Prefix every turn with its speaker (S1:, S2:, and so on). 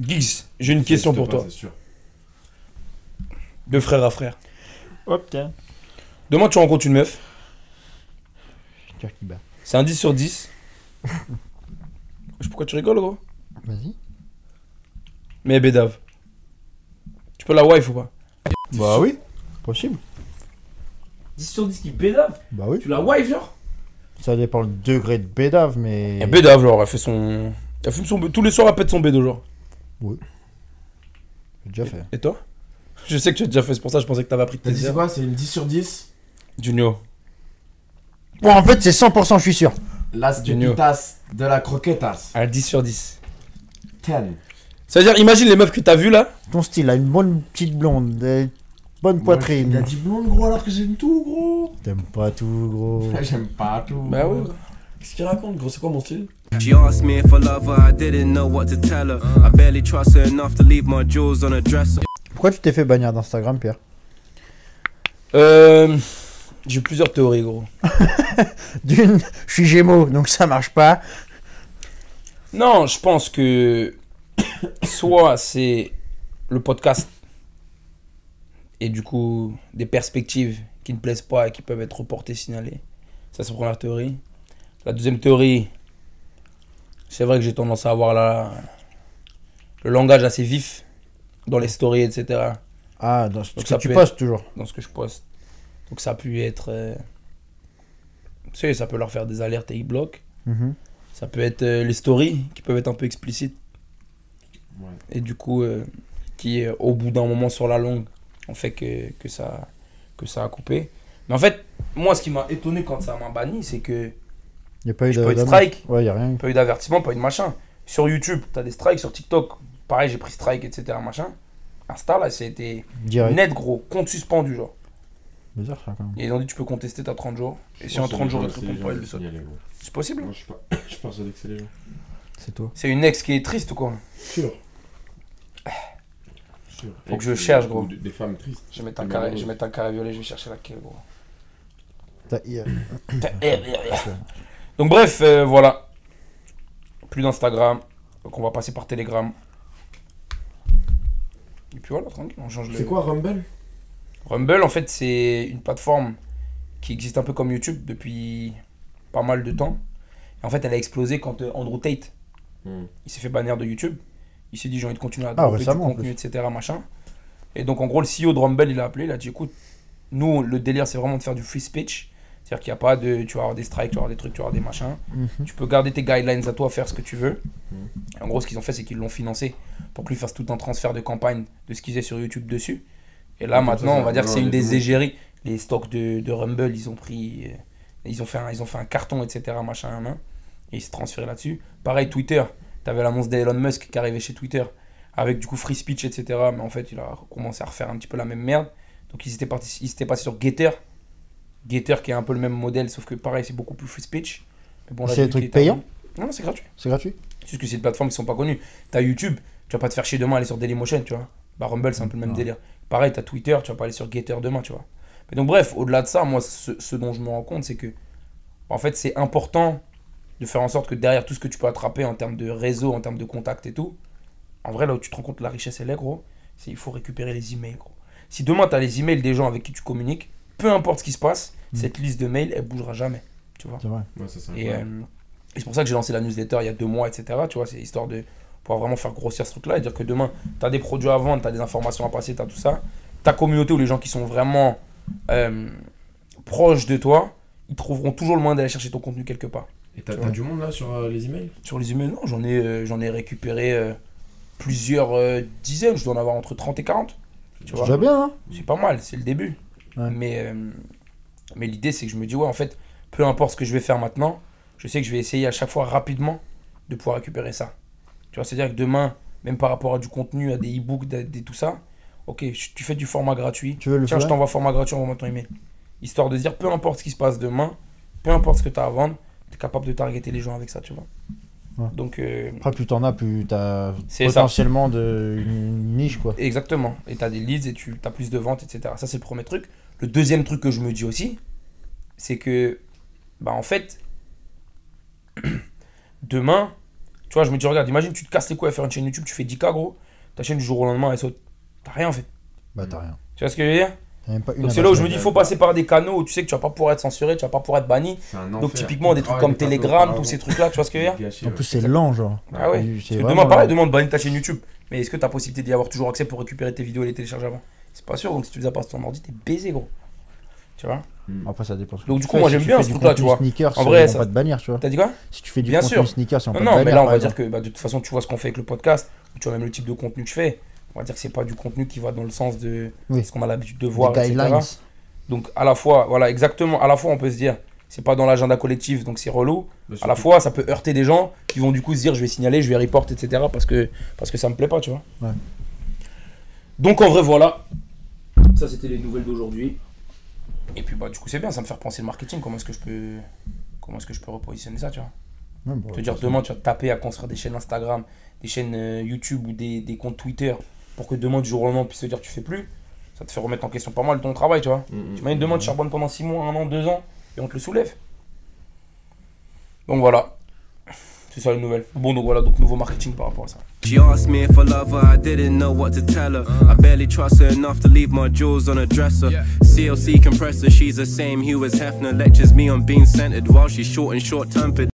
S1: Giggs, j'ai une question pour toi.
S2: C'est sûr.
S1: De frère à frère.
S3: Oh putain.
S1: Demain, tu rencontres une meuf.
S3: Cœur qui bat.
S1: C'est un 10 sur 10. Je sais Pourquoi tu rigoles, gros
S3: Vas-y.
S1: Mais bédave. Tu peux la wife ou pas
S3: Bah oui. Possible.
S1: 10 sur 10 qui bédave
S3: Bah oui.
S1: la wife, genre
S3: Ça dépend le degré de bédave, mais.
S1: Elle Eh, bédave, genre, elle fait son. Elle fume son. Tous les soirs, elle pète son bédo, genre.
S3: J'ai déjà fait.
S1: Et toi Je sais que tu as déjà fait, c'est pour ça que je pensais que t'avais appris de
S2: T'as
S1: tes
S2: dit c'est
S1: erreurs.
S2: quoi C'est une 10 sur 10
S1: Junio.
S3: Bon, en fait, c'est 100%, je suis sûr.
S2: Las
S1: Génial.
S2: pepitas de la croquetas.
S1: Un 10 sur 10.
S2: 10.
S1: C'est-à-dire, imagine les meufs que t'as vues là.
S3: Ton style a une bonne petite blonde, des bonne poitrine.
S2: Il a dit blonde, gros, alors que j'aime tout, gros.
S3: T'aimes pas tout, gros.
S2: J'aime pas tout.
S1: Bah ouais.
S2: Qu'est-ce qu'il raconte, gros C'est quoi mon style
S4: She asked me if I love her, I didn't know what to tell her. I barely trust her enough to leave my jewels on a dresser.
S3: Pourquoi tu t'es fait bannir d'Instagram, Pierre
S1: Euh. J'ai plusieurs théories, gros.
S3: D'une, je suis Gémeaux, donc ça marche pas.
S1: Non, je pense que soit c'est le podcast et du coup des perspectives qui ne plaisent pas et qui peuvent être reportées, signalées. Ça, c'est la première théorie. La deuxième théorie, c'est vrai que j'ai tendance à avoir la... le langage assez vif dans les stories, etc.
S3: Ah, dans ce
S1: Donc
S3: que
S1: ça
S3: tu
S1: peut
S3: postes toujours.
S1: Dans ce que je poste. Donc ça a pu être... euh, Tu sais, ça peut leur faire des alertes et ils bloquent.
S3: Mhm.
S1: Ça peut être euh, les stories qui peuvent être un peu explicites.
S2: Ouais.
S1: Et du coup, euh, qui euh, au bout d'un moment sur la longue ont fait que, que, ça, que ça a coupé. Mais en fait, moi, ce qui m'a étonné quand ça m'a banni, c'est que
S3: Y a pas eu
S1: J'ai
S3: de.
S1: pas eu de
S3: d'annonce.
S1: strike.
S3: Ouais, y a rien. eu.
S1: pas eu d'avertissement, pas eu de machin. Sur YouTube, t'as des strikes. Sur TikTok, pareil, j'ai pris strike, etc. Machin. Insta, là, c'était
S3: Direct.
S1: net, gros, compte suspendu, genre.
S3: Bizarre ça quand même.
S1: Et ils ont dit, tu peux contester, t'as 30 jours. Et si en 30 jours, ils te répondent pas, ils le sautent. C'est possible
S2: Moi, je suis pas. Je suis persuadé que c'est les gens.
S3: C'est toi.
S1: C'est une ex qui est triste ou quoi
S2: Sûr. Sûr.
S1: Faut
S2: Et
S1: que je cherche,
S2: ou
S1: gros.
S2: Des, des femmes tristes.
S1: Je vais mettre un
S2: Mais
S1: carré,
S2: bon,
S1: je vais mettre un carré violet, je vais chercher laquelle, gros.
S3: T'as- y a-
S1: Mhm. Eh, Donc bref, euh, voilà. Plus d'Instagram. Donc on va passer par Telegram. Et puis voilà, tranquille, on change le...
S2: C'est quoi Rumble
S1: Rumble, en fait, c'est une plateforme qui existe un peu comme YouTube depuis pas mal de temps. Et en fait, elle a explosé quand euh, Andrew Tate,
S2: Hmm.
S1: il s'est fait bannir de YouTube. Il s'est dit, j'ai envie de continuer à
S3: Ah,
S1: développer du
S3: récemment, en
S1: contenu, etc. Machin. Et donc, en gros, le CEO de Rumble, il a appelé, il a dit, écoute, nous, le délire, c'est vraiment de faire du free speech. C'est-à-dire qu'il n'y a pas de, tu vas avoir des strikes, tu vas avoir des trucs, tu vas avoir des machins.
S3: Mhm.
S1: Tu peux garder tes guidelines à toi, faire ce que tu veux.
S2: Mhm.
S1: Et En gros, ce qu'ils ont fait, c'est qu'ils l'ont financé pour que lui fasse tout un transfert de campagne de ce qu'ils faisaient sur YouTube dessus. Et là,
S2: Comme ça,
S1: maintenant,
S2: ça
S1: on va dire
S2: va
S1: que c'est
S2: aller
S1: une des
S2: loin.
S1: égéries. Les stocks de, de Rumble, ils ont pris. euh, ils, ont fait un, ils ont fait un carton, etc. Machin, un, un. Et ils se transféraient là-dessus. Pareil, Twitter. T'avais l'annonce d'Elon Musk qui arrivait chez Twitter avec du coup free speech, etc. Mais en fait, il a commencé à refaire un petit peu la même merde. Donc, ils étaient, partis, ils étaient passés sur Getter. Getter qui est un peu le même modèle, sauf que pareil, c'est beaucoup plus free speech. Mais bon, là,
S3: C'est des
S1: depuis
S3: trucs
S1: qu'il est
S3: payants
S1: arrivé- Non, c'est gratuit.
S3: C'est gratuit
S1: C'est juste que c'est des plateformes qui sont pas connues. T'as YouTube, tu vas pas te faire chier demain à aller sur Dailymotion, tu vois. Bah Rumble, c'est un peu le même
S3: Ouais.
S1: délire. Pareil, t'as Twitter, tu vas pas aller sur Getter demain, tu vois. Mais donc bref, au-delà de ça, moi, ce, ce dont je me rends compte, c'est que, en fait, c'est important de faire en sorte que derrière tout ce que tu peux attraper en termes de réseau, en termes de contacts et tout, en vrai, là où tu te rends compte que la richesse, elle est, gros, c'est il faut récupérer les emails, gros. Si demain, t'as les emails des gens avec qui tu communiques, peu importe ce qui se passe, cette liste de mails, elle bougera jamais, tu vois.
S3: C'est vrai.
S2: Ouais, ça, c'est
S1: Et,
S2: incroyable.
S1: euh, et c'est pour ça que j'ai lancé la newsletter il y a deux mois, etc. Tu vois, c'est histoire de pouvoir vraiment faire grossir ce truc-là et dire que demain, tu as des produits à vendre, tu as des informations à passer, tu as tout ça. Ta communauté ou les gens qui sont vraiment euh, proches de toi, ils trouveront toujours le moyen d'aller chercher ton contenu quelque part.
S2: Et t'as t'as du monde là sur euh, les emails
S1: Sur les emails, non, j'en ai, euh, j'en ai récupéré euh, plusieurs euh, dizaines, je dois en avoir entre 30 et 40. Tu
S3: C'est
S1: vois.
S3: déjà bien, hein
S1: C'est pas mal, c'est le début.
S3: Ouais.
S1: Mais, euh, mais l'idée, c'est que je me dis, ouais, en fait, peu importe ce que je vais faire maintenant, je sais que je vais essayer à chaque fois rapidement de pouvoir récupérer ça. Tu vois, c'est-à-dire que demain, même par rapport à du contenu, à des e-books, à des tout ça, ok, je- tu fais du format gratuit.
S3: Tu veux le
S1: Tiens, je
S3: faire
S1: t'envoie format gratuit, envoie-moi ton email. Histoire de dire, peu importe ce qui se passe demain, peu importe ce que tu as à vendre, tu es capable de targeter les gens avec ça, tu vois.
S3: Ouais.
S1: Donc, euh,
S3: Après, plus t'en as, plus t'as
S1: C'est ça.
S3: potentiellement de... une niche, quoi.
S1: Exactement. Et tu as des leads et tu as plus de ventes, etc. Ça, c'est le premier truc. Le deuxième truc que je me dis aussi, c'est que, bah, en fait, demain, Tu vois, je me dis, regarde, imagine, tu te casses les couilles à faire une chaîne YouTube, tu fais 10K, gros. Ta chaîne, du jour au lendemain, elle saute. T'as rien fait.
S3: Bah, t'as rien.
S1: Tu vois ce que je veux dire
S3: T'as même pas une
S1: Donc c'est là où je me
S3: abattage.
S1: dis, il faut passer par des canaux où tu sais que tu vas pas pouvoir être censuré, tu vas pas pouvoir être banni.
S2: C'est un
S1: Donc
S2: enfer.
S1: typiquement, des
S2: Ah,
S1: trucs
S2: les
S1: comme
S2: tableaux,
S1: Telegram,
S2: bravo.
S1: tous ces trucs-là, tu vois ce que je veux dire
S2: Gâché,
S3: En
S2: ouais.
S3: plus, c'est lent, genre.
S1: Ah ouais.
S3: C'est
S1: Parce que
S3: vraiment
S1: demain, pareil,
S3: lent.
S1: demain, on te bannit ta chaîne YouTube. Mais est-ce que t'as possibilité d'y avoir toujours accès pour récupérer tes vidéos et les télécharger avant C'est pas sûr, donc si tu les as pas sur ton ordi, t'es baisé, gros. Tu vois
S3: Après, ça dépend. ce que
S1: Donc, du
S3: tu
S1: coup,
S3: fais.
S1: moi,
S3: Si
S1: j'aime
S3: tu
S1: bien
S3: fais
S1: ce
S3: du
S1: truc-là, tu
S3: contenu
S1: vois.
S3: Sneakers,
S1: En
S3: en
S1: vrai,
S3: vrai, ils vont
S1: ça-
S3: pas te bannir, tu vois.
S1: T'as dit quoi
S3: Si tu fais du
S1: Bien
S3: contenu
S1: sûr.
S3: sneakers, ils vont
S1: Non,
S3: Ah, pas
S1: non,
S3: te
S1: mais
S3: bannir,
S1: là, on
S3: par
S1: va dire
S3: exemple.
S1: que bah, de toute façon, tu vois ce qu'on fait avec le podcast, tu vois même le type de contenu que je fais. On va dire que c'est pas du contenu qui va dans le sens de
S3: Oui.
S1: ce qu'on a l'habitude de
S3: Des
S1: voir, etc.
S3: guidelines.
S1: Donc à la fois, voilà, exactement, à la fois, on peut se dire, c'est pas dans l'agenda collectif, donc c'est relou.
S2: Bah,
S1: à la
S2: surtout-
S1: fois ça peut heurter des gens qui vont du coup se dire je vais signaler, je vais report, etc. parce que, parce que ça me plaît pas, tu vois.
S3: Ouais.
S1: Donc en vrai, voilà. Ça, c'était les nouvelles d'aujourd'hui. Et puis bah, du coup, c'est bien, ça me fait penser le marketing. Comment est-ce que je peux. Comment est-ce que je peux repositionner ça, tu vois
S3: Ouais, bah, bon,
S1: Te dire demain, tu vas taper à construire des chaînes Instagram, des chaînes euh, YouTube ou des, des comptes Twitter pour que demain, du jour au lendemain, on puisse te dire tu fais plus. Ça te fait remettre en question pas mal ton travail, tu vois.
S2: Mm, mm.
S1: Tu m'as une demande, charbonne pendant 6 mois, 1 an, 2 ans, et on te le soulève. Donc voilà. C'est ça une nouvelle. Bon, donc voilà, donc nouveau marketing par rapport à ça.
S4: She asked me if I love her, I didn't know what to tell her. I barely trust her enough to leave my jewels on a dresser. CLC compressor, she's the same hue as Hefner. Lectures me on being centered while she's short and short tempered.